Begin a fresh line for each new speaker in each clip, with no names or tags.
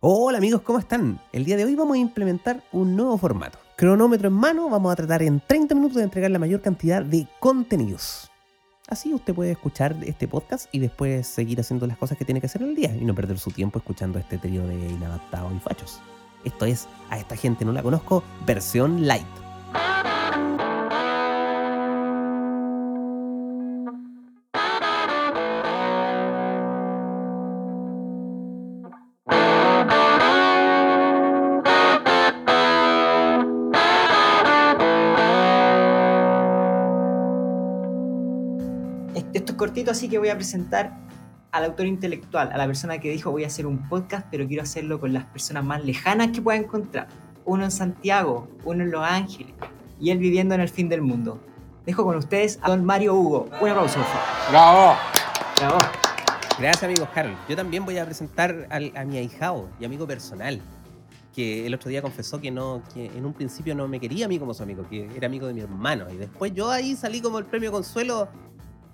Hola amigos, ¿cómo están? El día de hoy vamos a implementar un nuevo formato. Cronómetro en mano, vamos a tratar en 30 minutos de entregar la mayor cantidad de contenidos. Así usted puede escuchar este podcast y después seguir haciendo las cosas que tiene que hacer en el día y no perder su tiempo escuchando este trío de inadaptados y fachos. Esto es A esta gente no la conozco, versión light.
Este- Esto es cortito, así que voy a presentar al autor intelectual, a la persona que dijo voy a hacer un podcast, pero quiero hacerlo con las personas más lejanas que pueda encontrar. Uno en Santiago, uno en Los Ángeles, y él viviendo en el fin del mundo. Dejo con ustedes a don Mario Hugo. Un aplauso, por favor.
¡Bravo!
Bravo.
Gracias amigos Harold. Yo también voy a presentar al- a mi ahijado y amigo personal, que el otro día confesó que no, que en un principio no me quería a mí como su amigo, que era amigo de mi hermano. Y después yo ahí salí como el premio consuelo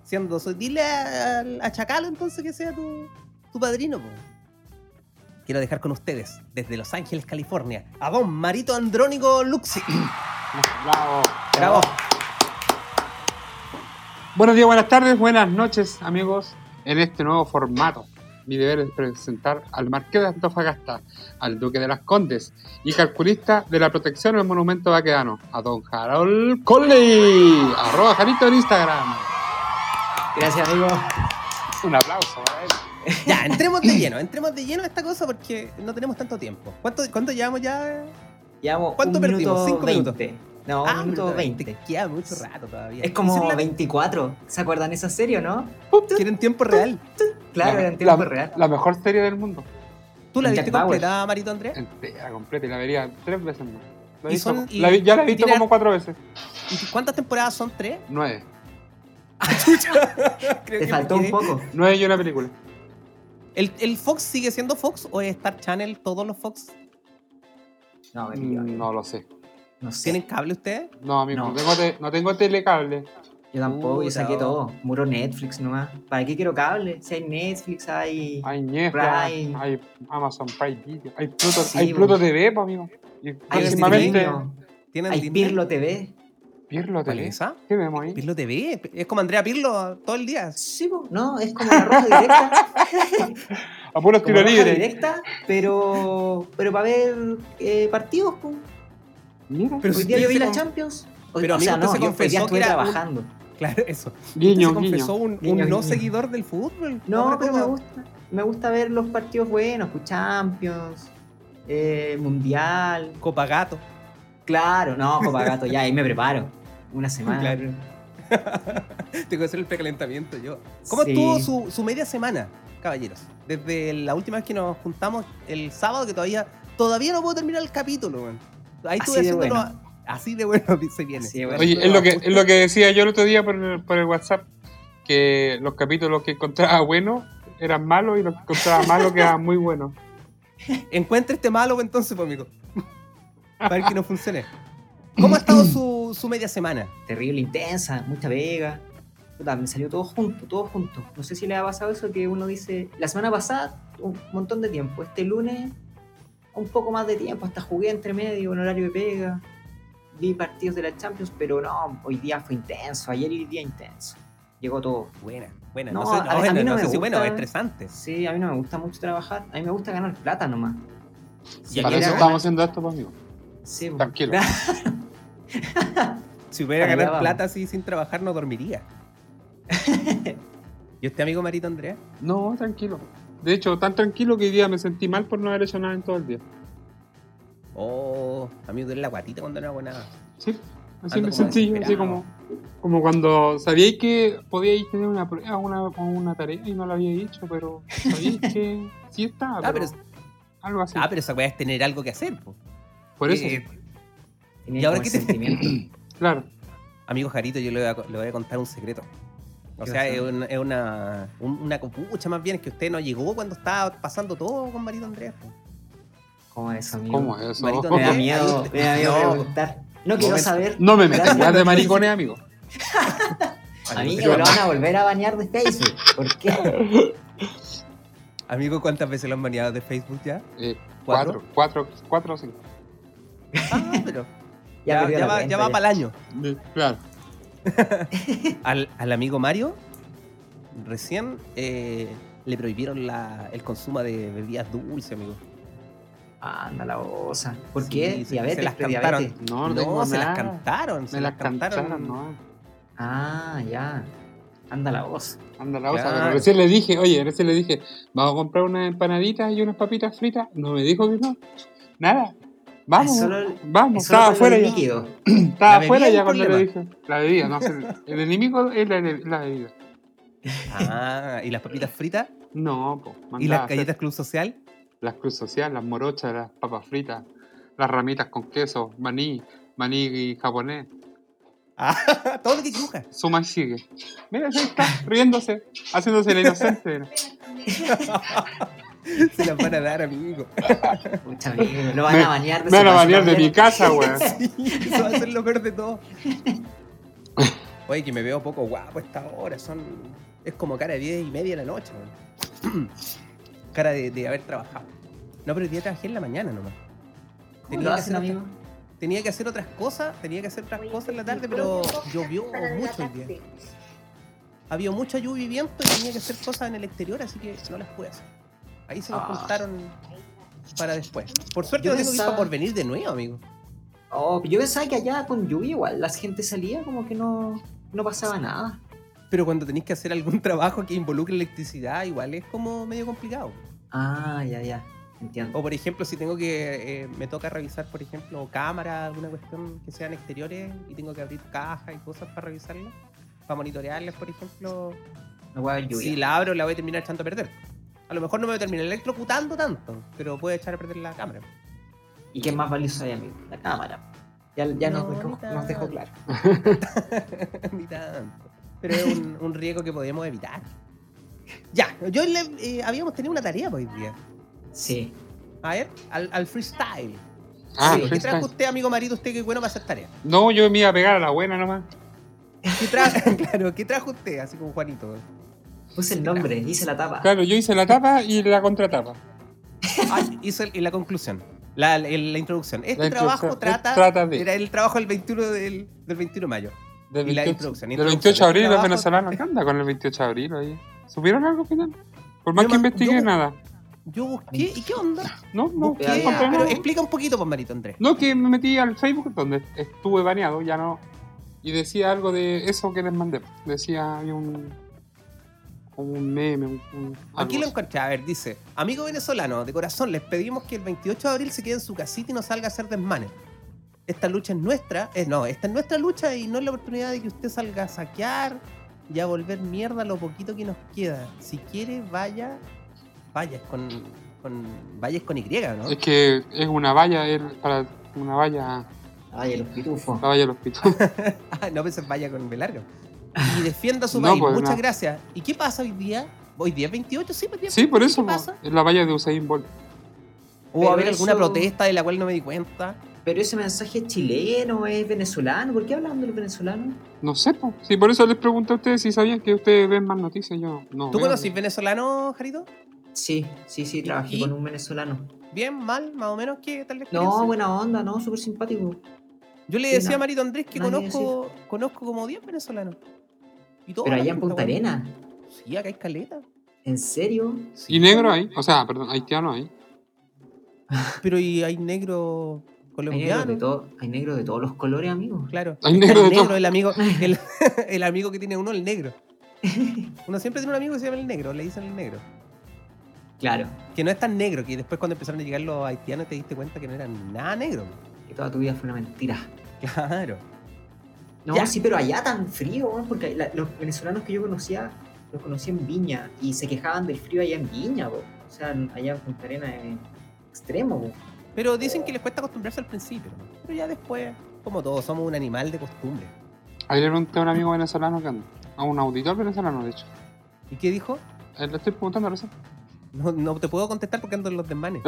siendo, soy, dile a, a Chacalo entonces que sea tu, tu padrino. po". Quiero dejar con ustedes, desde Los Ángeles, California, a don Marito Andrónico Luxi.
¡Bravo!
Bravo.
Buenos días, buenas tardes, buenas noches, amigos, en este nuevo formato. Mi deber es presentar al Marqués de Antofagasta, al Duque de las Condes y calculista de la protección del monumento vaquedano, a don Harold Conley, arroba Jarito en Instagram.
Gracias, amigo.
Un aplauso para él.
Ya, entremos de lleno, entremos de lleno a esta cosa porque no tenemos tanto tiempo. ¿Cuánto, cuánto llevamos ya?
Llevamos
¿Cuánto
un
perdimos?
minuto
Cinco
20.
minutos.
No, un
Ah,
minuto
puta,
20.
Te queda mucho rato todavía.
Es
Hicieron
como
la-
24. ¿Se acuerdan esa serie, no?
Quieren tiempo real.
Claro,
La-
era en tiempo
la-
real.
La mejor serie del mundo,
¿Tú la
Jack
viste
Bauer.
completada, Marito Andrés?
entera, completa, y la vería tres veces más. La he
Y
visto-
son- y-
la vi- ya la he visto
tiene-
como cuatro veces.
¿Y cuántas temporadas son? ¿Tres?
Nueve.
Creo
Te
que
faltó
me
un
quedé.
poco.
Nueve y una película.
¿El, el Fox sigue siendo Fox o es Star Channel? ¿Todos los Fox
No, me pilló.
Mm, No lo sé.
No sé.
tienen cable ustedes?
No, amigo,
No.
no, tengo, te- no tengo telecable.
Yo tampoco, yo
Puta,
saqué
oh.
todo. Muro Netflix nomás. ¿Para qué quiero cable? Si hay Netflix, hay.
Hay Netflix,
Prime.
hay Amazon Prime Video, hay Pluto,
Sí,
hay
bo.
Pluto TV, pues, amigo. Y
hay
próximamente,
Streamio,
¿Tienen
hay
Disney?
Pirlo TV.
Pirlo
¿Cuál
TV.
es esa?
¿Qué vemos ahí?
Pirlo TV. Es como Andrea Pirlo todo el día.
Sí, po, no, es como la roja directa.
A puros
como
tiros
roja
libres.
directa, pero. Pero para ver eh, partidos, po.
Mira,
Pero
Hoy
si
día
usted
yo vi
se
la
con-
Champions. Hoy,
Pero,
o sea,
amigo, usted se
no, yo hoy día
confesó
estuve
que era un-
trabajando.
Claro, eso. Usted este se
guiño,
confesó
guiño.
un, un
Guiño,
no
guiño.
seguidor del fútbol.
No,
Pobre
pero me
cosa.
gusta. Me gusta ver los partidos buenos, pues Champions, eh, Mundial.
Copa Gato.
Claro, no, Copa Gato, ya ahí me preparo. Una semana.
Claro. Tengo que hacer el precalentamiento yo. ¿Cómo
Sí.
estuvo su, su media semana, caballeros? Desde la última vez que nos juntamos el sábado, que todavía todavía no puedo terminar el capítulo, weón. Ahí estuve
Así de
haciéndolo a- así de bueno se viene.
Así de bueno.
Oye, es lo, que, es lo que decía yo el otro día por el, por el WhatsApp, que los capítulos que encontraba buenos eran malos y los que encontraba malos quedaban muy buenos.
Encuentre este malo pues, entonces, pues, amigo. Para ver que no funcione. ¿Cómo ha estado su, su media semana?
terrible, intensa, mucha vega. Puta, me salió todo junto, todo junto. No sé si le ha pasado eso que uno dice, la semana pasada un montón de tiempo, este lunes un poco más de tiempo, hasta jugué entre medio, en horario de pega, vi partidos de la Champions, pero no, hoy día fue intenso, ayer y hoy día intenso. Llegó todo.
Buena, buena. No,
No,
sé,
a- a
bueno,
mí no
no
me
sé si bueno,
gusta.
estresante.
Sí, a mí no me gusta mucho trabajar, a mí me gusta ganar plata nomás.
Y
Para
ayer
eso
era-
estamos haciendo esto, pues, amigo.
Sí,
Tranquilo.
Si hubiera
Para allá
ganar
vamos.
plata así sin trabajar, no dormiría. ¿Y usted, amigo Marito Andrea?
No, tranquilo. De hecho, tan tranquilo que hoy día me sentí mal por no haber hecho nada en todo el día.
Oh, a mí me duele la guatita cuando no hago nada.
Sí, así
Ando
de
como
sencillo, así
desesperado.
como, como cuando sabíais que podíais tener una prueba una, o una tarea y no la había hecho, pero sabíais que sí estaba,
Ah,
pero,
pero-
algo así.
Ah, pero esa weá es tener algo que hacer, po.
Por eso,
Eh,
Tenía
¿Y ahora
como el
qué te-
sentimiento.
claro.
amigo Jarito, yo le voy, a, co- le voy a contar un secreto. O
¿Qué
sea,
pasó?
es una, es una, un- una copucha más bien, es que usted no llegó cuando estaba pasando todo con Marito Andrea. po.
¿Cómo es eso, amigo?
¿Cómo es eso?
Marito,
Me da
¿Eh?
miedo, me da miedo
No.
preguntar. No quiero
me-
saber.
No me metas
Gracias.
en weas de maricones, amigo.
Amigo,
Yo-
lo van a volver a bañar de Facebook. ¿Por qué?
Amigo, ¿cuántas veces lo han baneado de Facebook ya?
Eh, cuatro, cuatro, cuatro o cinco.
Ah, pero
Ya,
ya,
perdió
ya
la
va,
cuenta,
ya va
ya.
para el año.
Eh, Claro.
Al, al amigo Mario, recién eh, le prohibieron la- el consumo de bebidas dulces, amigo.
Anda la osa. ¿Por
Sí,
qué?
se- se
diabetes,
las
prediabetes.
cantaron.
No, no, tengo
se
nada.
las cantaron. se
Me las
cantaron.
cantaron, no.
Ah, ya. Anda la osa.
Anda la osa,
Claro.
pero recién le dije, oye, recién le dije, vamos a comprar unas empanaditas y unas papitas fritas. No me dijo que no. Nada. Vamos,
Es solo el-
vamos,
Es solo
estaba
con
afuera
el
ya.
líquido.
La
Estaba
bebida
afuera
es
ya
el
cuando le
problema.
dije. La bebida, no sé. El enemigo es la, la bebida.
Ah, y las papitas fritas
No, po.
y
mandaba a
las
hacer
galletas Club Social.
Las cruz social, las morochas, las papas fritas, las ramitas con queso, maní, maní japonés.
Ah, todo lo que dibuja.
Suma y sigue. Mira, ahí está, riéndose, haciéndose el inocente. mira.
Se las van a dar, amigo.
Pucha, amigo, lo van a bañar
Me van a banear de mi casa, weón.
Sí, eso va a ser lo peor de todo. Oye, que me veo poco guapo a esta hora. Son, es como cara de 10 y media de la noche. weón. cara de, de haber trabajado. No, pero hoy día trabajé en la mañana nomás.
¿Cómo
Tenía
lo
que,
hacen,
hacer,
amigo?
tenía que hacer otras cosas, tenía que hacer otras
Oye,
cosas en la
mi
tarde, pero
propio podcast
llovió
para
mucho el
relajarse.
día. Había mucha lluvia y viento y tenía que hacer cosas en el exterior, así que no las pude hacer. Ahí se me
Ah.
juntaron para después. Por suerte
Yo
no tengo que ir
pensaba-
por venir de nuevo, amigo.
Oh, yo pensaba que allá con lluvia igual la gente salía como que no, no pasaba nada.
Pero cuando tenéis que hacer algún trabajo que involucre electricidad, igual es como medio complicado.
Ah, ya, ya. Entiendo.
O por ejemplo, si tengo que, eh, me toca revisar, por ejemplo, cámaras, alguna cuestión que sean exteriores y tengo que abrir cajas y cosas para revisarlas, para monitorearlas, por ejemplo,
No voy a haber lluvia.
si la abro la voy a terminar echando a perder. A lo mejor no me voy a terminar electrocutando tanto, pero puede echar a perder la cámara.
¿Y qué más valioso hay, amigo? La cámara. Ya, ya
No,
nos, dejó,
ahorita.
nos dejó claro.
Ni tanto. Pero es un, un riesgo que podemos evitar. Ya, yo le- eh, habíamos tenido una tarea para hoy día.
Sí.
A ver, al, al freestyle.
Ah,
Sí,
¿Qué
freestyle.
trajo usted, amigo marido, usted que es bueno para hacer tareas?
No, yo me iba a pegar a la buena nomás.
¿Qué trajo, claro, ¿qué trajo usted? Así como Juanito.
Puse el nombre, hice la tapa.
Claro, yo hice la tapa y la contratapa.
Ah, hizo el- y la conclusión, la, el- la introducción. Este
La
trabajo
introducción,
trata,
trata de-
Era el trabajo del 21 del, del 21 de mayo.
Del
Y la
28
introducción,
Del
introducción.
28 de abril,
Este
los
trabajo-
venezolanos. ¿Qué anda con el 28 de abril ahí? ¿Supieron algo final? Por más
Yo
que
man-
investigué,
yo-
nada.
Yo busqué, ¿y qué onda?
No, no,
Busqué
no
ahí,
encontré
ah,
Pero
nada.
explica un poquito, pues, Marito Andrés.
No, que me metí al Facebook donde estuve baneado, ya no. Y decía algo de eso que les mandé. Decía, hay un. como un meme. Un, un- algo
Aquí lo
así.
encontré, a ver, dice, amigo venezolano, de corazón, les pedimos que el 28 de abril se quede en su casita y no salga a hacer desmanes. Esta lucha es nuestra, eh, no, esta es nuestra lucha y no es la oportunidad de que usted salga a saquear y a volver mierda lo poquito que nos queda. Si quiere, vaya, vaya, con, con, vaya es con Y, ¿no?
Es que es una valla, es para una valla,
Ay, los pitufos.
la valla de los pitos.
Ah, no pensé vaya con B larga. Y defienda su
No,
país,
pues,
muchas
no.
gracias. ¿Y qué pasa hoy día? Hoy día es 28, sí, pues, día
sí, por
28, ¿Qué
eso po,
pasa?
es la valla de Usain Bolt.
¿O va a
Pero
haber alguna
eso-
protesta de la cual no me di cuenta?
Pero ese mensaje es chileno, es venezolano. ¿Por qué hablan de los venezolanos?
No sé, po. sí, por eso les pregunté a ustedes si sabían que ustedes ven más noticias. Yo no.
¿Tú
veo.
conocís venezolano, Jarito?
Sí, sí, sí, trabajé
¿Y?
con un venezolano.
Bien, mal, más o menos, ¿qué tal la experiencia?
No, buena onda, no, súper simpático.
Yo le
sí,
decía
no.
a Marito Andrés que
Nadie
conozco, conozco como 10 venezolanos. Y todos
Pero allá en
hablan
Punta
esta weá.
Arenas,
Sí, acá hay caleta.
¿en serio?
Sí.
Y negro ahí, o sea, perdón, haitiano ahí.
Pero y hay negro
Hay negros, de
colombiano.
todo, hay negros de todos los colores, amigos.
Claro.
Hay
Está
negro
el
de todo.
negro, el amigo, el, el amigo que tiene uno, el negro. Uno siempre tiene un amigo que se llama el negro, le dicen el negro.
Claro,
Que no es tan negro, que después cuando empezaron a llegar los haitianos te diste cuenta que no eran nada negro.
que toda tu vida fue una mentira.
Claro.
No,
Ya.
sí, pero allá tan frío, weón, porque la- los venezolanos que yo conocía, los conocí en Viña y se quejaban del frío allá en Viña, po. o sea, en- allá en Punta Arenas es extremo. po.
Pero dicen que les cuesta acostumbrarse al principio. ¿no? Pero ya después, como todos, somos un animal de costumbre.
Ahí le pregunté a un amigo venezolano que anda, a un auditor venezolano, de hecho.
¿Y qué dijo?
Eh, Le estoy preguntando recién.
No, no te puedo contestar porque ando en los desmanes.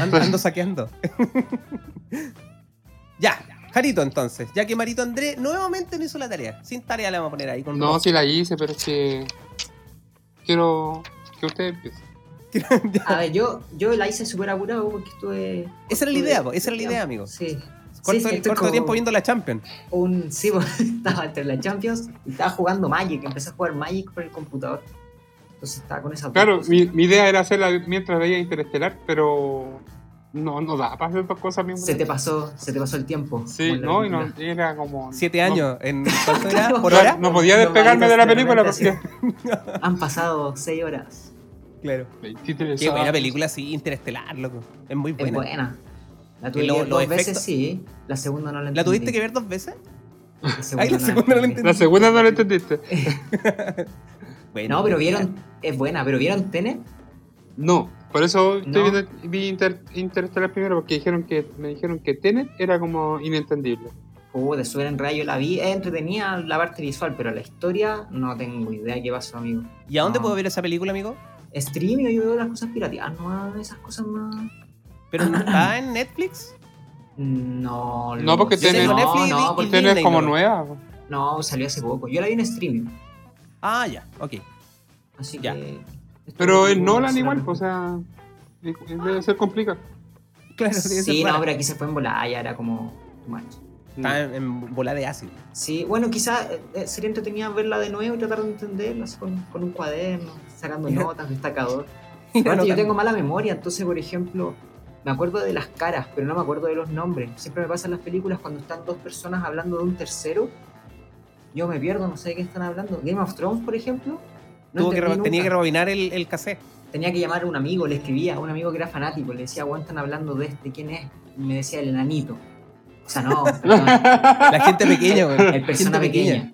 Ando, ando saqueando. ya, Jarito entonces. Ya que Marito Andrés nuevamente no hizo la tarea. Sin tarea la vamos a poner ahí con
No,
ropa.
sí la hice, pero es que quiero que ustedes empiecen.
A ver, yo, yo la hice súper apurado porque estuve.
Esa era la idea, po, esa era la idea, amigo.
Sí.
Corto,
Sí, sí, estoy
corto
como
tiempo viendo la Champions.
Un, sí, po, estaba entre la Champions y estaba jugando Magic. Empecé a jugar Magic por el computador. Entonces estaba con esa.
Claro, mi, mi idea era hacerla mientras veía Interestelar, pero no, no da para hacer dos cosas al mismo
Se te
tiempo.
pasó, se te pasó el tiempo.
Sí,
Como en la
no, y no,
película.
era como...
Siete
no,
años en ¿cuánto era?
Claro.
por
no-
hora.
No podía
No,
despegarme de la
maldito,
película
realmente
porque...
Han pasado seis horas.
Claro.
23
Qué buena
sábados.
película, sí, interestelar, loco. Es muy
Es
buena.
buena. La tuve
Y lo-
que ver
los
dos veces,
efectos-
sí. La segunda no la entendí.
¿La tuviste que ver dos veces?
segunda
Ay, la segunda no la
La segunda no la entendiste.
Bueno,
No, pero vieron. Es buena, pero vieron Tenet.
No, por eso estoy
No.
viendo- vi Inter- Interestelar primero, porque dijeron que me dijeron que Tenet era como inentendible.
Oh, de Super en Rayo la vi, es entretenida la parte visual, pero la historia no tengo idea qué pasó, amigo.
¿Y a dónde
No.
puedo ver esa película, amigo?
Streaming, yo veo las cosas pirateadas, no esas cosas más.
¿Pero no está en Netflix?
No,
No, porque
yo
tenés-
no,
Netflix y-
no,
y-
porque-
Tenet
Disney
es como
no.
nueva.
no, salió hace poco. Yo la vi en streaming,
Ah, ya, ok.
así
Ya.
que.
Pero
el
el Nolan igual, pues, o sea, debe ser complicado.
Claro, debe ser
Sí,
rara.
no, pero aquí se fue en volada, ya era como. too much.
Está en, en bola de ácido.
Sí, bueno, quizás sería entretenida verla de nuevo y tratar de entenderla así con, con un cuaderno, sacando notas, destacador. Aparte, yo tengo mala memoria, entonces, por ejemplo, me acuerdo de las caras, pero no me acuerdo de los nombres. Siempre me pasa en las películas cuando están dos personas hablando de un tercero. Yo me pierdo, no sé de qué están hablando. Game of Thrones, por ejemplo. no
Tuvo que
entendí
rebo- tenía que
nunca.
rebobinar el, el cassette.
Tenía que llamar a un amigo, le escribía a un amigo que era fanático, le decía, aguantan hablando de este, ¿quién es? Y me decía el enanito. O sea, no, perdón,
La gente pequeña, güey.
el
Gente
persona pequeña.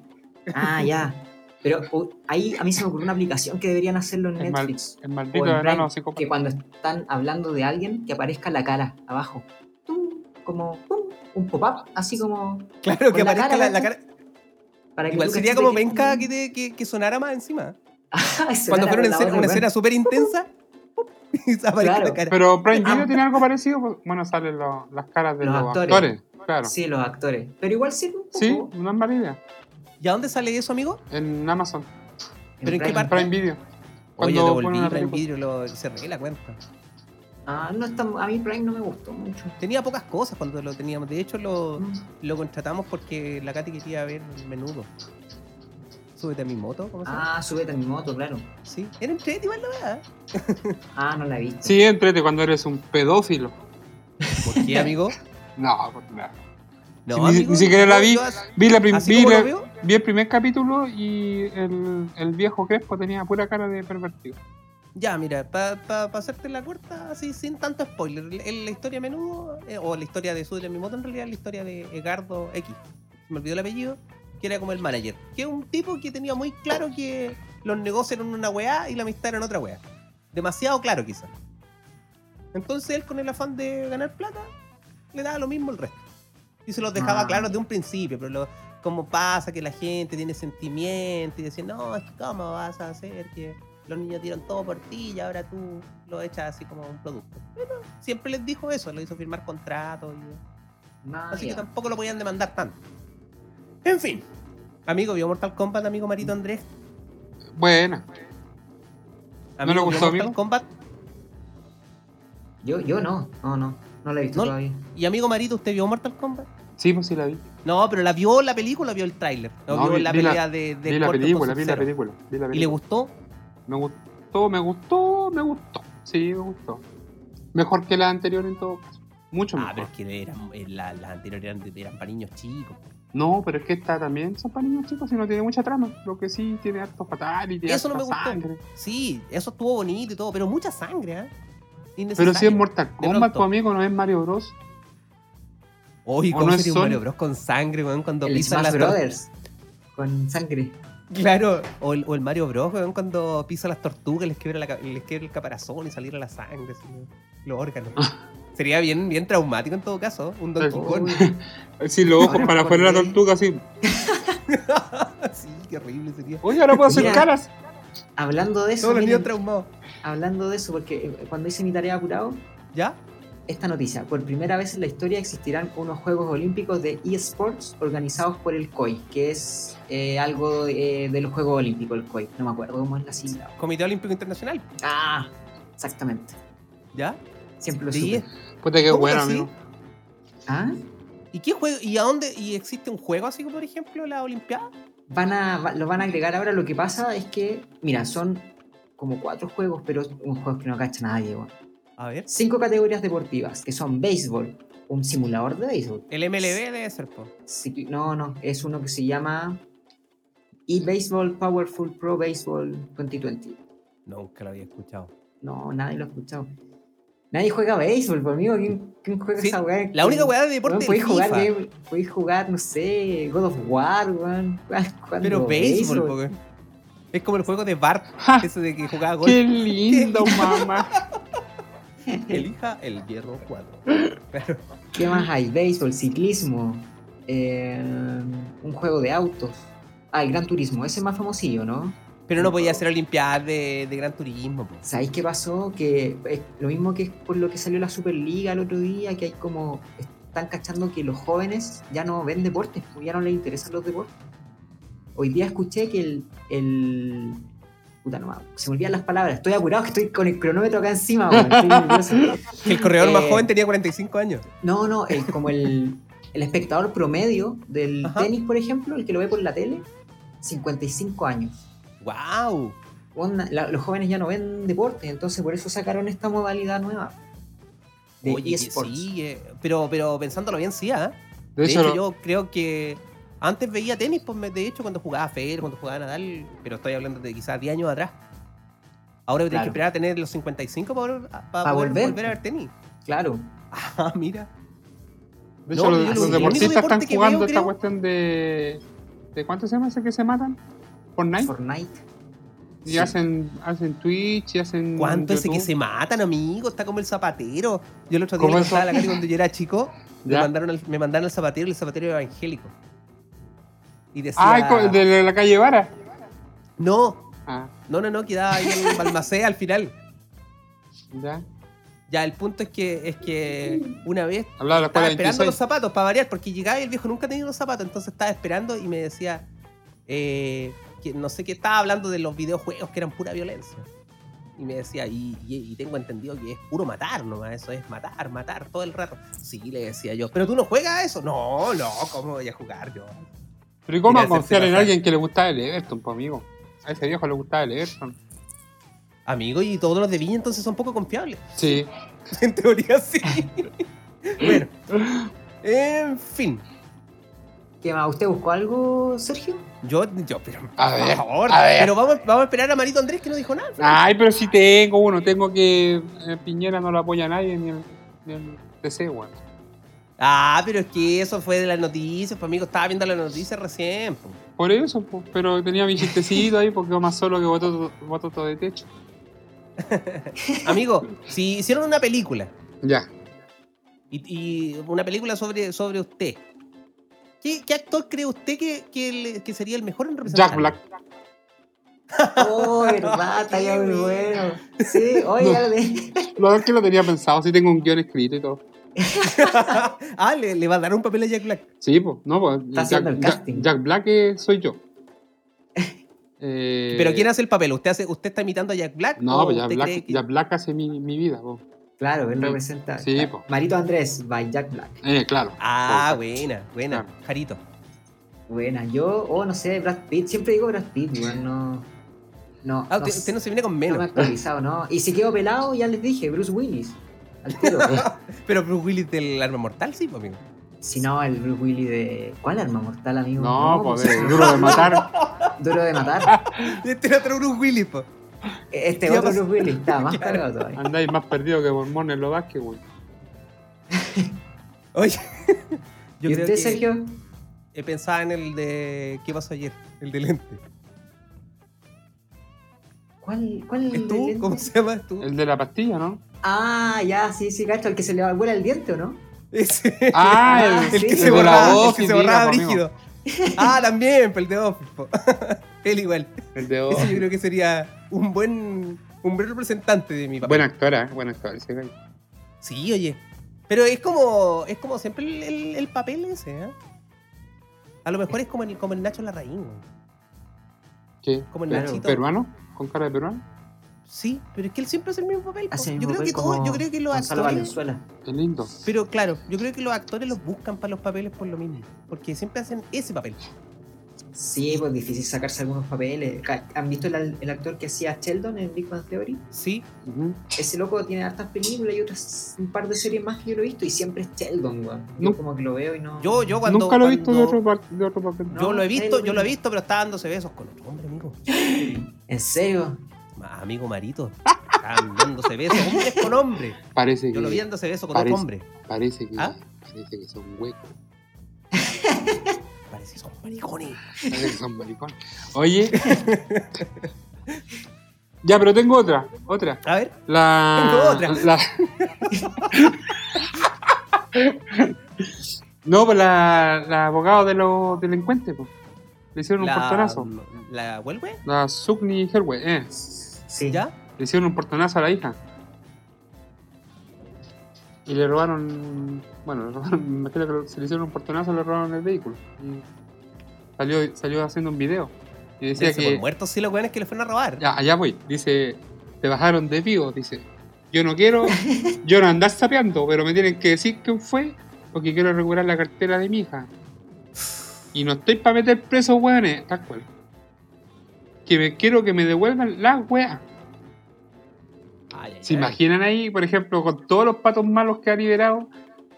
Ah, ya. Pero u- ahí a mí se me ocurrió una aplicación que deberían hacerlo en
El, mal-
Netflix
el
o
maldito
en Prime,
enano
que
psicópata.
cuando están hablando de alguien que aparezca la cara abajo Tum, como pum, un pop-up así como
Claro, que
Con la
aparezca
cara,
la, la
¿cachai?
cara.
para que
Igual
tú
sería
caches
como
de
venga que, te- que, que sonara más encima.
Ah, esa
Cuando fuera una
era la
escena,
otra,
una
weón.
escena súper intensa, ¡pum! y se aparece
Claro.
la cara.
Pero Prime Video
Ah.
tiene algo parecido. pues, Bueno, salen lo- las caras de
Los
los,
actores.
actores. Claro. Sí,
sí los actores pero igual sirve un poco.
una mala idea.
¿Y a dónde sale eso, amigo?
En Amazon,
¿Pero en qué
Prime.
parte?
Prime Video.
Oye,
Cuando ponen
devolví
una
Prime
película.
Video, lo, cerré la cuenta.
Ah, no está, a mí Prime no me gustó mucho
Tenía pocas cosas cuando lo teníamos. De hecho, lo,
Mm.
lo contratamos porque la Katy quería ver menudo. Súbete a mi moto, ¿cómo se llama?
ah súbete a mi moto claro
Sí, era entrete igual la verdad.
ah no la vi
Sí, entrete cuando eres un pedófilo.
¿Por qué, amigo?
No, por nada.
No,
Si ni- ni siquiera la vi.
yo as-
Vi, la prim-
Así
vi
como
la-
lo veo,
vi el primer capítulo y el, el viejo Crespo tenía pura cara de pervertido.
ya, mira, para hacerte la corta, así sin tanto spoiler. el- La historia a menudo, eh, o la historia de Sudre mi moto, en realidad, es la historia de Edgardo X. Se me olvidó el apellido, que era como el manager. Que es un tipo que tenía muy claro que los negocios eran una weá y la amistad era otra weá. Demasiado claro, quizás. Entonces él, con el afán de ganar plata, le daba lo mismo el resto. Y se los dejaba
Ah.
claros de un principio, pero lo, como pasa que la gente tiene sentimiento y decía, no, es que cómo vas a hacer que los niños dieron todo por ti y ahora tú lo echas así como un producto. Bueno, siempre les dijo eso, lo hizo firmar contratos y
Ah,
así
ya.
que tampoco lo podían demandar tanto. En fin, amigo vio Mortal Kombat, amigo Marito Andrés.
Buena.
Amigo,
le
vio
gustó,
Mortal
amigo?
Kombat.
yo yo no no no no la he visto
No-
todavía
Y amigo Marito, ¿usted vio Mortal Kombat?
Sí, pues sí la vi.
No, pero la vio la película, o vio el tráiler. No,
No,
vio
vi-
la
vi la-
pelea de, de
vi
Scorpion
la
con
película, vi la
Sub-Zero.
película, vi la
¿Y le
película.
gustó?
Me gustó, me gustó, me gustó. Sí, me gustó. Mejor que la anterior en todo caso. Mucho
Ah,
mejor.
pero es que eran, eh, la- las anteriores eran, de- eran para niños chicos.
No, pero es que esta también son para niños chicos y no tiene mucha trama. Lo que sí tiene harto fatality,
Eso no
harta
me gustó.
sangre.
Sí, eso estuvo bonito y todo, pero mucha sangre, ¿eh?
Pero
Innecesario.
si es Mortal Kombat,
pronto.
tu amigo no es Mario Bros.
Oye,
¿O
¿cómo
no es
sería un
Sony?
Mario Bros con sangre, weón? Cuando
el
pisa
Smash
las tor-
Brothers con sangre
Claro, o el, o el Mario Bros, weón, cuando pisa las tortugas, les quiebra, la ca- les quiebra el caparazón y saliera la sangre, así, los órganos. sería bien, bien traumático en todo caso, un Donkey
Tal
Kong.
Si los ojos
Ahora,
para
¿por
afuera de la
qué?
tortuga, así.
sí, qué horrible sería.
Oye, ahora puedo hacer
Mira.
caras.
hablando de eso
Todos los niños
miren,
traumados.
hablando de eso porque eh, cuando hice mi tarea apurado
¿Ya?
esta noticia. Por primera vez en la historia existirán unos Juegos Olímpicos de eSports organizados por el COI, que es eh, algo eh, de los Juegos Olímpicos, el COI. No me acuerdo cómo es la sigla.
Comité Olímpico Internacional.
Ah, Exactamente.
¿Ya?
Siempre lo
Sí,
supe.
Puta que
¿Cómo
bueno,
que sí?
amigo.
¿Ah?
¿Y qué juego? ¿Y a dónde? ¿Y existe un juego así como, por ejemplo, la Olimpiada?
Van a, va- lo van a agregar ahora. Lo que pasa es que, mira, son como cuatro juegos, pero un juego que no cacha nadie. weón.
A ver.
Cinco categorías deportivas, que son béisbol, un simulador de béisbol.
El MLB debe ser, po.
cicl- No, no, es uno que se llama E-Baseball Powerful Pro Baseball 2020.
Nunca lo había escuchado.
No, nadie lo ha escuchado. Nadie juega béisbol, por amigo. ¿Quién, quién juega
Sí,
esa weá?
La única weá de deporte
Weón,
es
podéis jugar,
FIFA.
game- podéis jugar, no sé, God of War, weón. jugando
Pero béisbol, po, weón. Es como el juego de Bart, ese de que jugaba golf.
Qué lindo, mamá.
Elija el hierro 4. Pero,
¿Qué más hay? Béisbol, ciclismo, eh, un juego de autos. Ah, el Gran Turismo, ese es más famosillo, ¿no?
pero no podía hacer Olimpiadas de, de Gran Turismo, pues. po.
¿Sabéis qué pasó? Que es lo mismo que es por lo que salió la Superliga el otro día, que hay como. Están cachando que los jóvenes ya no ven deportes, pues, ya no les interesan los deportes. Hoy día escuché que el. el puta, no, me- se me olvidan las palabras. Estoy apurado, que estoy con el cronómetro acá encima. weón, estoy nervioso.
Que el corredor más
Eh,
joven tenía 45 años.
No, no, el- como el, el espectador promedio del
Ajá.
tenis, por ejemplo, el que lo ve por la tele, 55 años.
¡Wow!
Onda, la- los jóvenes ya no ven deporte, entonces por eso sacaron esta modalidad nueva de
Oye, que
eSports.
sí, eh, pero, pero pensándolo bien, sí, ¿ah?
De hecho, lo-
yo creo que antes veía tenis, pues me- de hecho, cuando jugaba Federer, cuando jugaba Nadal, pero estoy hablando de quizás 10 años atrás. Ahora tenés que
Claro.
esperar a tener los 55 para, volver- a- para
Pa
poder volver.
volver.
a ver tenis.
Claro,
Ah, mira.
de hecho,
no,
los,
yo
lo-
los
el único
deportistas
deporte
están
que
jugando
veo,
esta
creo-
cuestión de. ¿De cuánto se llama ese que se matan? Fortnite.
Fortnite.
Y
sí.
hacen, hacen Twitch y hacen.
¿Cuánto ese que
Mm, YouTube.
se matan, amigo? Está como el zapatero. Yo el otro día
¿Cómo
le
eso?
contaba a la Cari cuando yo era chico, me
Ya.
mandaron, al, me mandaron al zapatero, el zapatero era evangélico. Y decía...
Ah, co- de la- la calle Vara.
No,
Ah,
no, no, no, quedaba ahí en Balmacé al final.
ya.
Ya, el punto es que, es que una vez
Hablaba de la
estaba
escuela
esperando los
26.
zapatos para variar, porque llegaba y el viejo nunca tenía los zapatos, entonces estaba esperando y me decía, eh, que no sé qué, estaba hablando de los videojuegos que eran pura violencia. Y me decía, y, y- y tengo entendido que es puro matar nomás, eso es matar, matar todo el rato. Sí, le decía yo, pero tú no juegas a eso. No, no, ¿cómo voy a jugar yo?
Pero ¿y cómo
Mira,
confiar
hacerse
en
pasar.
alguien que le gustaba el Everton, pues, amigo? A ese viejo le gustaba el Everton.
Amigo, y todos los de Viña entonces son poco confiables.
Sí.
En teoría sí. bueno, en fin.
¿Qué más? ¿Usted buscó algo, Sergio?
Yo, yo, pero
A
por
ver,
favor.
a ver. Ah.
Pero vamos, vamos a esperar a Marito Andrés que no dijo nada.
Ay, pero sí tengo uno. Tengo que. eh, Piñera no lo apoya a nadie ni el, ni el TC, weón.
Ah, pero es que eso fue de las noticias, pues amigo, estaba viendo las noticias recién. pues. po.
Por eso, po, pero tenía mi chistecito ahí porque iba más solo que voto, voto todo de techo.
Amigo, si hicieron una película,
Ya.
y, y una película sobre, sobre usted, ¿qué, qué actor cree usted que, que, le- que sería el mejor en representar?
Jack Black.
Oh, verdad, está ya muy bueno. Sí, oiga,
No.
lo de-
Lo verdad es que lo tenía pensado, sí tengo un guión escrito y todo.
ah, ¿le, le va a dar un papel a Jack Black.
Sí, pues, no, pues.
Está haciendo el
Jack,
casting.
Jack Black eh, soy yo. Eh,
Pero ¿quién hace el papel? ¿Usted, hace, usted está imitando a Jack Black?
No,
o
pues Jack
usted
Black,
cree que-
Jack Black hace mi, mi vida, po.
Claro, él
Sí.
representa.
Sí,
claro.
po.
Marito Andrés, by Jack Black.
Eh, claro.
Ah, buena, buena,
Claro.
Jarito.
Buena, yo, oh, no sé, Brad Pitt, siempre digo Brad Pitt, weón, no. No,
Ah,
no
usted,
sé.
usted no se viene con
No me
menos.
ha actualizado, ¿no? Y si quedo pelado, ya les dije, Bruce Willis. Al tiro.
Pero Bruce Willis del arma mortal, sí, pues, amigo.
si no, el Bruce Willis de. ¿Cuál arma mortal, amigo?
No, pues,
pues,
el duro de matar.
Duro de matar.
Este era otro Bruce Willis, pues.
Este
Ya
otro
pasó.
Bruce Willis está más
Claro.
cargado todavía.
Andáis más perdido que Mormón en los Vázquez, güey.
Oye, yo
¿Y
creo
usted,
que
Sergio?
eh, pensaba en el de ¿qué pasó ayer? El de lente.
¿Cuál, cuál
¿Es
del
tú?
lente?
¿Cómo se llama? ¿Es tú?
El de la pastilla, ¿no?
Ah, ya, sí, sí, cacho, el que se le vuela el diente, ¿o no?
Ese.
Ah,
el,
el,
que
sí.
se
el de la
borraba, el que
Office,
se
diga,
borraba
po, pues, amigo.
brígido. Ah, también, pero el de Office. po. Él igual.
El de
Ese yo
Office.
creo que sería un buen, un buen representante de mi papá.
Buen actor, ¿eh? Buen actor ese güey.
Sí, oye. Pero es como, es como siempre el, el- el papel ese, ¿eh? A lo mejor es como el, como el Nacho Larraín,
¿Qué?
como el
Claro.
Nachito.
¿Peruano? ¿Con cara de peruano?
Sí, pero es que él siempre hace el mismo papel. po.
Hace el
yo,
mismo
creo que
papel como
todo, yo creo que los
Gonzalo
actores.
Valenzuela.
Qué lindo.
Pero claro, yo creo que los actores los buscan para los papeles por lo mismo. Porque siempre hacen ese papel.
Sí, pues difícil sacarse algunos papeles. Ca- ¿Han visto el, al- el actor que hacía Sheldon en Big Bang Theory?
Sí,
Ujú.
Ese loco tiene hartas películas y otras un par de series más que yo lo he visto y siempre es Sheldon, weón. Yo
No.
como que lo veo y no.
yo, yo cuando.
Nunca lo he visto de
cuando-
otro, par- de otro papel.
Yo lo he
No, nadie
visto,
lo
yo lo he
ve.
visto, pero está dándose besos con otro hombre, amigo.
¿En serio?
Ma- Amigo Marito. Están dándose besos, hombres con hombres.
Parece
Yo lo vi
que,
dándose besos con
Parece.
otro hombre.
parece, que,
¿Ah?
parece que son huecos.
Parece que son maricones.
Parece que son maricones. Oye. ya, pero tengo otra. Otra.
A ver,
La.
Tengo otra.
la- no, pues la, la abogada de los delincuentes, pues. Le hicieron un
la,
portonazo.
la vuelve,
La Sugni Helwe, eh.
Sí.
¿ya?
Le hicieron un portonazo a la hija. Y le robaron. Bueno, le robaron, me imagino que lo- se le hicieron un portonazo, le robaron el vehículo. Y salió, salió haciendo un video. Y decía
Dense por
que.
muertos sí los weones que le fueron a robar.
Ya, allá voy. Dice, te bajaron de vivo. Dice, yo no quiero, yo no andar sapeando, pero me tienen que decir quién fue porque quiero recuperar la cartera de mi hija. Y no estoy para meter presos, hueones. Tal cual. Que me quiero que me devuelvan las weas.
Ay, ay,
¿Se
ay.
imaginan ahí, por ejemplo, con todos los patos malos que ha liberado?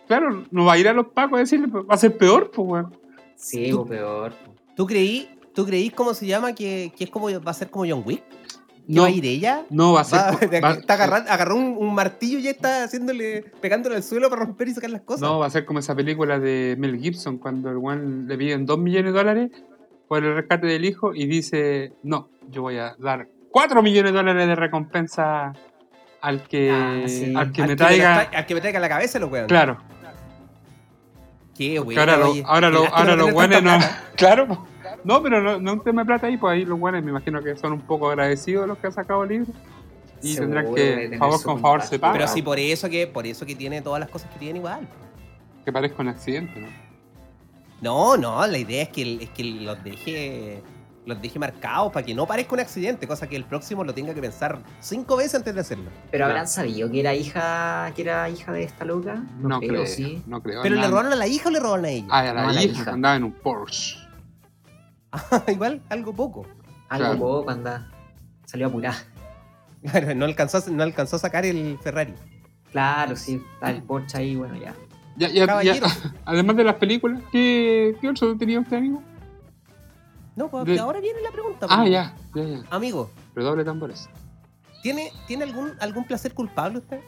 Claro, no va a ir a los pacos a decirle, va a ser peor, pues, weón.
Sí,
Tú-
pues peor. po.
¿Tú creí, tú creí cómo se llama que, que es como va a ser como John Wick? ¿Que
No,
va a ir ella?
no va a ser.
Va-
va- eh,
está agarrando, agarró un, un martillo y ya está haciéndole, pegándole al suelo para romper y sacar las cosas.
No, va a ser como esa película de Mel Gibson cuando el weón le piden 2 millones de dólares por el rescate del hijo y dice, no, yo voy a dar 4 millones de dólares de recompensa al que,
Ah, sí.
al que
Al
me
lo
traiga.
tra- al que me traiga la cabeza los weones.
Claro,
Qué
que
weón.
ahora, lo- ahora, lo- ahora los buenos no. Claro, po. no, pero no, no un tema de plata ahí, pues ahí los buenos me imagino que son un poco agradecidos los que han sacado el libro y
Seguro
tendrán
debe
que,
tener
favor
su
con favor, se
contacto.
Pero
paga,
sí, por eso que, por eso que tiene todas las cosas que tiene igual.
que parezca un accidente, ¿no?
No, no, la idea es que, el- es que los deje los deje marcados para que no parezca un accidente, cosa que el próximo lo tenga que pensar cinco veces antes de hacerlo.
Pero
Claro.
habrán sabido que era hija, que era hija de esta loca. No,
No
creo,
creo,
sí.
no creo.
¿Pero le
andaban-
robaron a la hija o le robaron a ella?
Ah, a la,
No, a la
hija,
hija.
andaba en un Porsche.
Igual, algo poco.
Algo
Claro.
poco anda. Salió apurada.
Claro, no alcanzó, a- no alcanzó a sacar el Ferrari.
Claro, sí. Está el Porsche ahí, bueno, ya.
Ya, ya,
Caballero.
ya, además de las películas, ¿qué, qué otro tenía usted, amigo?
No, pues
De-
ahora viene la pregunta.
Ah,
pues.
ya, ya, ya.
Amigo,
Redoble de tambores.
¿tiene, ¿tiene algún, algún placer culpable usted?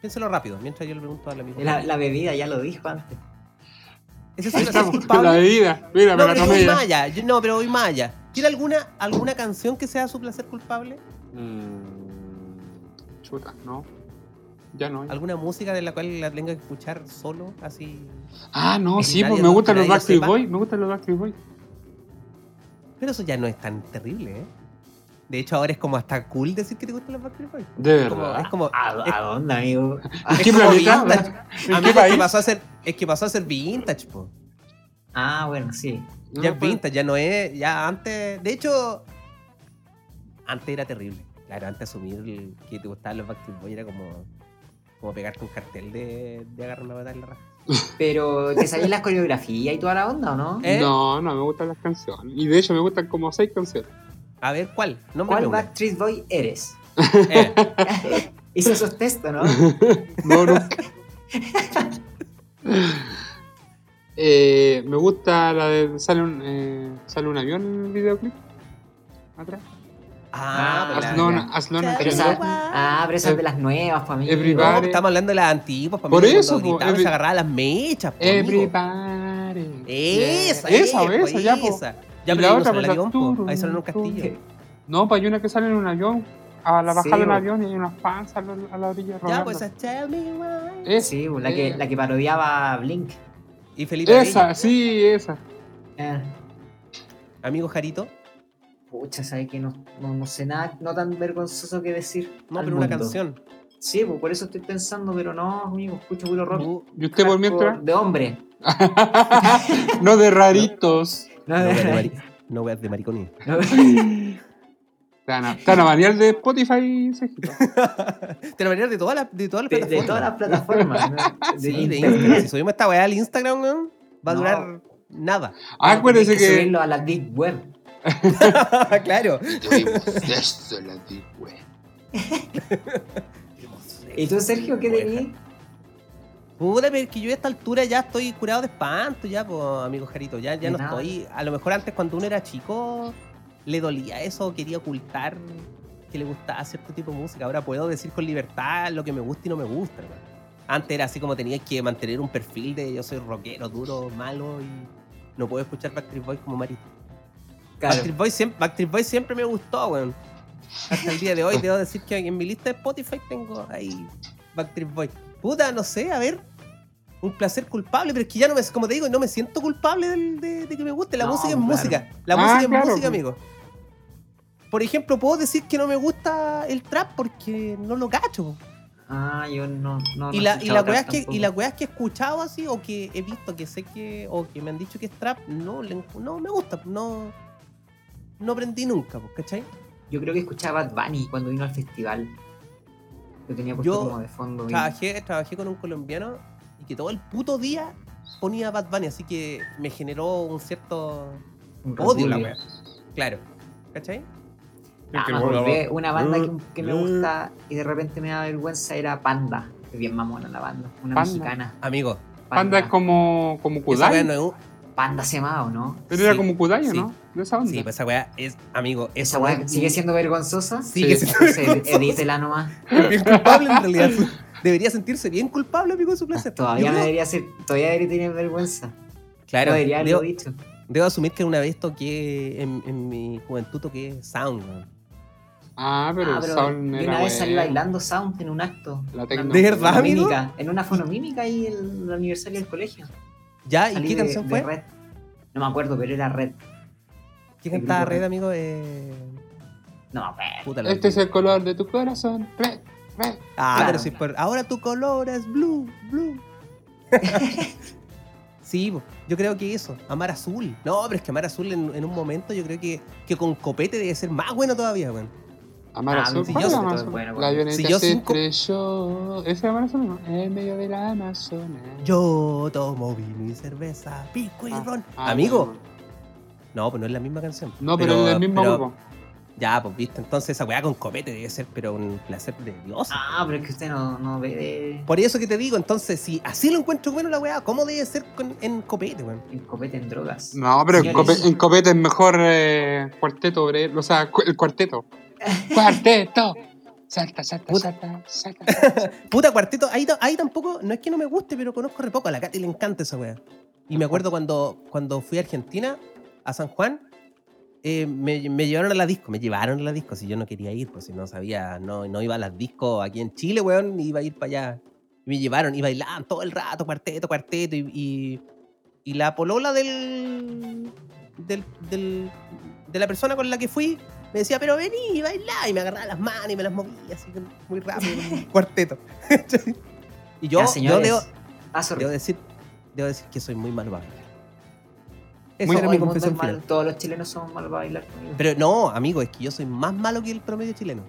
Piénselo rápido, mientras yo le pregunto a la misma.
La, la bebida ya lo dijo antes.
¿Ese es
Ahí
un placer
estamos, con la
culpable?
bebida. Mira,
No,
me la
pero
tomé
voy
ya.
Maya. Yo- no, pero voy Maya. ¿Tiene alguna, alguna canción que sea su placer culpable?
Mm, chuta, no. Ya no. ya.
¿Alguna música de la cual la tenga que escuchar solo, así?
Ah, no,
que
sí,
nadie
pues me
no-
gustan
que
los
nadie
Backstreet
sepa.
Boys. Me gustan los Backstreet Boys.
Pero eso ya no es tan terrible, ¿eh? De hecho, ahora es como hasta cool decir que te gustan los Backstreet Boys.
De
Es como-
verdad.
es como...
¿A, a dónde, amigo?
¿En qué
es como
planeta?
vintage.
¿En
Amigo,
qué
Es que
país?
pasó a ser, es que pasó a ser vintage, po.
Ah, bueno, sí.
No,
ya es
pues,
vintage, ya no es... Ya antes... De hecho, antes era terrible. Claro, antes asumir el- que te gustaban los Backstreet Boys era como... Como pegarte un cartel de, de agarrar una patada en la raja.
Pero te sabías las coreografías y toda la onda, ¿o no?
¿Eh?
No, no, me gustan las canciones. Y de hecho me gustan como seis canciones.
A ver, ¿cuál? Nómbrame
¿Cuál
una.
Backstreet Boy eres?
Eh,
Hizo esos textos, ¿no?
No, nunca. Eh, me gusta la de. Sale un, eh, sale un avión en el videoclip. Atrás.
Ah,
Ah,
pues la-
As
Claro,
long,
ya.
as long as
Pero
you
esa-
love me.
ah, pero esas de las nuevas, para mí.
No,
Everybody.
estamos hablando de las antiguas, para
Por
mí,
eso,
cuando
po,
gritaban
every-
se agarraba las mechas, po, amigo.
Everybody.
Esa,
Yeah.
esa, pues,
esa, esa, ya, po.
esa. Ya
Y
pero
la
ahí no
otra,
sale el
pues, la
avión, po.
turu,
ahí sale un
turu.
castillo.
No, pues hay una que sale en un avión. A la
Sí,
bajada de un
bo.
avión y hay unas fans a la, a la orilla
Ya,
rodando.
pues esa, tell me why.
Esa,
Sí, pues, la que, la que parodiaba a Blink.
Y Felipe
esa, sí, esa.
Eh,
Abello. amigo Jarito.
pucha, sabes que no, no, no sé nada, no tan vergonzoso que decir.
No,
al
pero una
mundo.
canción.
Sí, pues por eso estoy pensando, pero no, amigo, escucho puro rock.
Bu-
¿Y usted por mientras?
De hombre.
no de raritos.
No,
No veas de
de-
mari- no veas de maricones.
no,
Te van a, te van a banear de Spotify, Sergito.
Te lo manera de todas las de todas las
De, de
plataformas.
todas las plataformas. ¿no? De
Sí, de
Instagram.
Instagram. Si subimos esta weá al Instagram, weón, va a
No.
durar nada.
Ah, Acuérdense
Tienes que
que.
subirlo a la Deep Web.
claro.
Tuvimos esto en la Deep Web.
¿Y tú, Sergio, qué tenías?
Puta, pero es que yo a esta altura ya estoy curado de espanto, ya, pues, amigo Jarito. Ya, ya
De
no
nada.
estoy. A lo mejor antes, cuando uno era chico, le dolía eso, quería ocultar que le gustaba cierto tipo de música. Ahora puedo decir con libertad lo que me gusta y no me gusta, hermano. Antes era así como tenía que mantener un perfil de yo soy rockero, duro, malo y no puedo escuchar Backstreet Boys como Marito.
Claro.
Backstreet, Boys siempre, Backstreet Boys siempre me gustó, weón. Hasta el día de hoy debo decir que en mi lista de Spotify tengo ahí Backstreet Boys. Puta, no sé, a ver. Un placer culpable, pero es que ya no me, como te digo, no me siento culpable del- de, de que me guste. La
No,
música es
claro.
música. La
Ah,
música es
claro,
música,
pues.
amigo. Por ejemplo, puedo decir que no me gusta el trap porque no lo cacho.
Ah, yo no. no
Y
no
la, y la
escuchaba trap
weá es que,
tampoco.
y la weá es que he escuchado así, o que he visto, que sé que, o que me han dicho que es trap, no, le- no me gusta, no, no aprendí nunca, pues, ¿cachai?
Yo creo que escuchaba a Bad Bunny cuando vino al festival. Lo tenía puesto
Yo
como de fondo. bien.
Trabajé, trabajé con un colombiano y que todo el puto día ponía Bad Bunny, así que me generó un cierto,
Un
odio la
repudio.
wea. claro, ¿cachai?
Nada más volví. Una banda que, que me gusta y de repente me da vergüenza era Panda. Es bien mamona la banda. Una
Panda.
mexicana.
Amigo,
Panda es como, como
esa
Kudai.
weá no es un-
Panda se llamaba, ¿o no?
Pero era
sí,
como Kudai, ¿o
sí.
¿no? De esa banda.
Sí, pues esa weá es, amigo,
Esa
esa
weá sigue siendo vergonzosa.
Sigue
Sí.
siendo
Entonces, edítela nomás.
bien culpable en realidad. Debería sentirse bien culpable, amigo, de su placer. Yo
Todavía no
creo-
debería ser, todavía debería tener vergüenza.
Claro,
no debería haberlo
debo-
dicho.
Debo asumir que una vez toqué en, en mi juventud toqué sound. weón.
Ah, pero
Ah,
el
pero
sound
yo
era
una vez
bueno.
salí bailando sound en un acto.
La tecno.
¿De verdad, amigo?
Fonomímica, en una fonomímica ahí en el aniversario del colegio.
¿Ya? ¿Y
Salí
qué
de-
canción
de
fue?
Red. No me acuerdo, pero era Red.
¿Qué
de
cantaba
grupo
Red,
Red.
amigo? Eh...
No me acuerdo.
Puta la
Este es
olvidé.
el color de tu corazón. Red, red.
Ah,
Claro.
pero sí, pero ahora tu color es blue, blue. sí, po, yo creo que eso, Amar Azul. No, pero es que Amar Azul en, en un momento yo creo que, que con copete debe ser más bueno todavía, weón.
Amar
Ah,
azul.
si
¿Cuál
yo
es
sé
todo
Amar
es
azul?
bueno,
La
bueno.
avioneta
Si yo
se
cinco-
estrelló. ¿Ese es Amar azul o no? En medio del Amazonas.
Yo tomo vino y cerveza, pico y
Ah,
ron.
ah,
amigo,
bueno.
no, pues no es la misma canción.
No, pero, es del mismo
pero-
grupo.
Ya, pues viste, entonces esa weá con copete debe ser, pero un placer de Dios.
Ah, pero es que usted no, no ve de-
Por eso que te digo, entonces, si así lo encuentro bueno la weá, ¿cómo debe ser con- en copete, weón?
el copete en drogas.
No, pero en
Señores.
Copete, en Copete es mejor eh, cuarteto, obrero, o sea, cu- el cuarteto. ¡Cuarteto! Salta, salta,
Puta.
salta, salta. salta.
Puta cuarteto, ahí, ta- ahí tampoco, no es que no me guste, pero conozco re poco. A la Katy le encanta esa weá. Y me acuerdo cuando, cuando fui a Argentina, a San Juan, eh, me, me llevaron a la disco, me llevaron a la disco, si yo no quería ir, pues si no sabía, no, no iba a las discos aquí en Chile, weón, iba a ir para allá. Y me llevaron y bailaban todo el rato, cuarteto, cuarteto, y, y, y la polola del, del, del- de la persona con la que fui me decía, pero vení y bailá, y me agarraba las manos y me las movía así muy rápido, como un cuarteto. y yo,
Ya,
yo
señores.
debo,
Ah, sorry.
debo decir, debo decir que soy muy malo para bailar. Esa
Todo
era mi
el mundo es
confesión
malo,
final.
Todos los chilenos somos malos para bailar conmigo.
Pero no, amigo, es que yo soy más malo que el promedio chileno.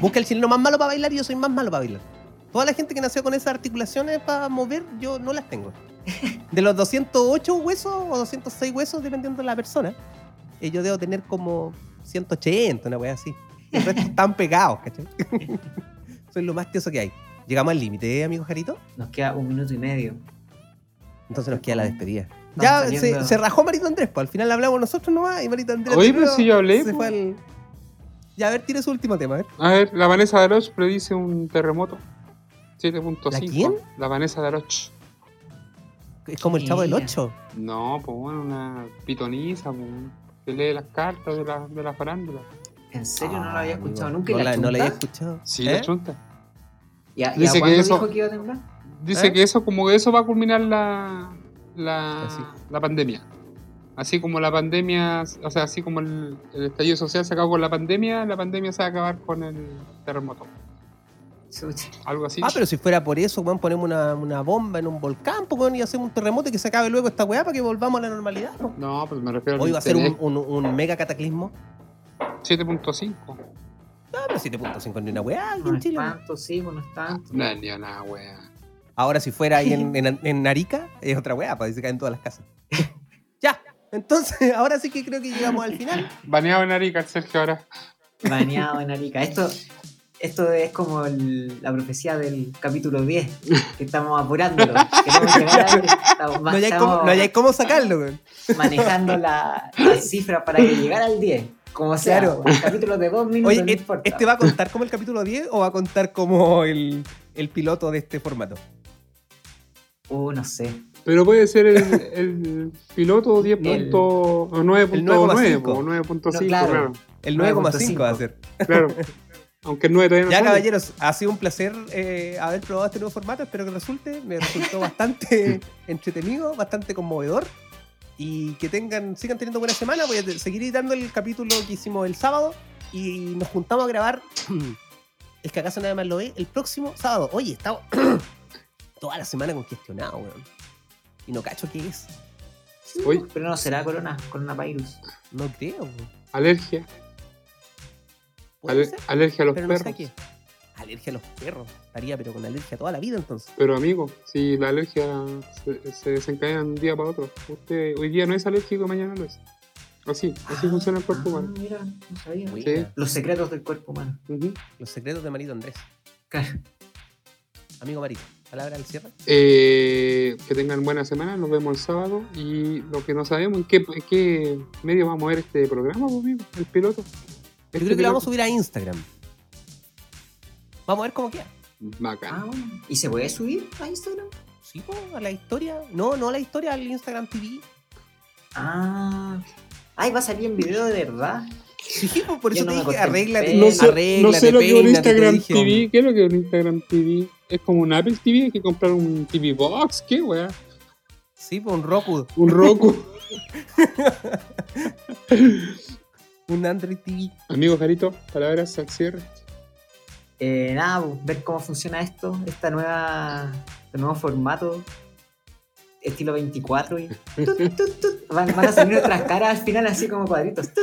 Busca el chileno más malo para bailar y yo soy más malo para bailar. Toda la gente que nació con esas articulaciones para mover, yo no las tengo. De los 208 huesos o 206 huesos, dependiendo de la persona, eh, yo debo tener como 180, una wea así. Y El resto están pegados, ¿cachai? soy lo más tieso que hay. Llegamos al límite, ¿eh, amigo Jarito.
Nos queda un minuto y medio.
Entonces nos queda la despedida.
Estamos
Ya se,
saliendo.
se rajó Marito Andrés, pues al final hablamos nosotros nomás y Marito Andrés.
Oye,
de
pero
nuevo
si yo hablé,
se
pues.
fue al- Ya, a ver, tire su último tema, a ver.
A ver, la Vanessa Daroch predice un terremoto.
¿La
7.5.
quién?
La Vanessa Daroch.
Es como el chavo del
Mira.
8.
No, pues bueno, una pitoniza, pues. Que lee las cartas de la, de la farándula.
En serio, no lo había escuchado nunca. ¿Y
Ah, No
la
la, no la
chunta?
había escuchado.
Sí,
¿Eh?
la chunta.
¿Y a, y a
Dice que
cuándo
eso-
dijo que iba a temblar?
Dice
¿Eh?
que eso, como que eso va a culminar la, la,
Así.
la pandemia. Así como la pandemia, o sea, así como el, el estallido social se acabó con la pandemia, la pandemia se va a acabar con el terremoto.
Chucha.
Algo así.
Ah, pero si fuera por eso, weón, ponemos una, una bomba en un volcán, pues, weón, y hacemos un terremoto y que se acabe luego esta weá para que volvamos a la normalidad. ¿no?
No, pues me refiero
Hoy va a ser
interés.
un, un- un mega cataclismo.
7.5.
No, pero 7.5 ni una weá aquí
No
en
es
Chile.
tanto, sí, pues no es tanto.
No, ni una wea.
Ahora, si fuera ahí en, en, en Arica, es otra weá, parece que caen todas las casas. ya, entonces, ahora sí que creo que llegamos al final.
Baneado en Arica, el Sergio ahora.
Baneado en Arica. Esto, esto es como el- la profecía del capítulo 10, que estamos apurándolo. Queremos llegar a- estamos,
No hayáis
estamos
cómo, no hayáis cómo sacarlo, weón.
manejando la, la cifra para que llegara al 10. Como sea,
Claro.
pues, capítulo de dos minutos,
Oye,
no
¿e-
importa.
¿este va a contar como el capítulo 10 o va a contar como el, el piloto de este formato?
Uh, no sé.
Pero puede ser el, el piloto 10.9
El-
o 9.9
9.5.
o 9.5,
No,
claro.
claro.
El 9,5
9,5
va a ser.
claro. Aunque el 9 todavía no
Ya,
sale.
caballeros, ha sido un placer eh, haber probado este nuevo formato. Espero que resulte. Me resultó bastante entretenido, bastante conmovedor. Y que tengan, sigan teniendo buena semana. Voy a te- seguir editando el capítulo que hicimos el sábado. Y nos juntamos a grabar. Es que acaso nada más lo ve el próximo sábado. Oye, estaba toda la semana congestionado, weón. Y no cacho qué es.
Sí,
Uy.
Pero no será corona, coronavirus.
No creo, weón.
Alergia.
Puede
Ale-
ser,
alergia a los
pero no
perros.
sé a qué. Alergia a los perros. Estaría, pero con alergia toda la vida entonces.
Pero amigo, si la alergia se, se desencadena de un día para otro, usted hoy día no es alérgico, mañana lo es. Así, así
Ah,
funciona el cuerpo
Ah,
humano.
mira, no sabía.
Buena.
Los secretos del cuerpo humano.
Ujú.
Los secretos de Marito Andrés.
Claro.
Amigo Marito, palabra al cierre.
Eh, que tengan buena semana, nos vemos el sábado y lo que no sabemos en qué, en qué medio va a mover este programa, pues, amigo, el piloto. Este
Yo creo que lo vamos a subir a Instagram. Vamos a ver cómo queda.
Bacán.
Ah, bueno. ¿Y se puede subir a Instagram?
Sí, po, a la historia. No, no a la historia, al Instagram TV.
Ah. Ay, va a salir en video de verdad.
Sí, po, por
Yo
eso
no
te
me
dije,
corté el
arréglate,
pelo. No sé-
arréglate,
no sé lo que es un
peínate, eh, te
Instagram
dije.
TV. ¿Qué es lo que es un Instagram TV? Es como un Apple TV, hay que comprar un TV Box, ¿qué weá?
Sí, po, un Roku,
Un Roku.
un Android TV.
Amigo Jarito, palabras al cierre.
Eh, nada, pues, ver cómo funciona esto, esta nueva, este nuevo formato, estilo 24. Y tut, tut, tut. Van, van a salir nuestras caras al final así como cuadritos. Tut.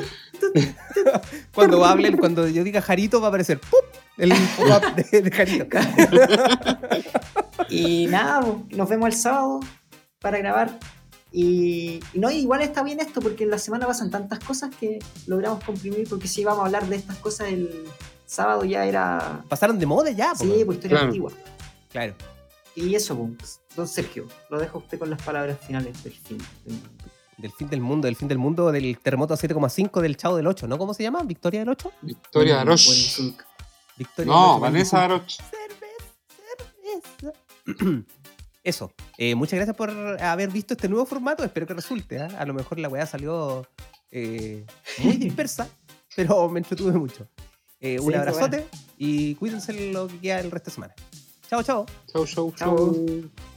Cuando hablen, cuando yo diga Jarito, va a aparecer ¡pup! el pop-up de, de Jarito.
Y nada, pues, nos vemos el sábado para grabar. Y, y no, igual está bien esto porque en la semana pasan tantas cosas que logramos comprimir porque si íbamos a hablar de estas cosas el sábado ya era...
Pasaron de moda ya, po.
Sí, pues historia
Claro.
antigua.
Claro.
Y eso, pues, don Sergio, lo dejo a usted con las palabras finales del fin.
Del fin del mundo, del fin del mundo, del terremoto 7,5 del Chavo del 8, ¿no? ¿Cómo se llama? ¿Victoria del 8?
Victoria
Buen-
Darosh.
buen suc.
Mm, Victoria del
No,
8,
Vanessa
25.
Daroch.
Cerveza, cerveza. Eso. Eh, muchas gracias por haber visto este nuevo formato. Espero que resulte. ¿ah? A lo mejor la weá salió eh, muy dispersa, pero me entretuve mucho. Eh,
Sí,
un
qué
abrazote y cuídense lo que queda el resto de semana. Chao, chao.
Chau, chau,
Chau.
chau.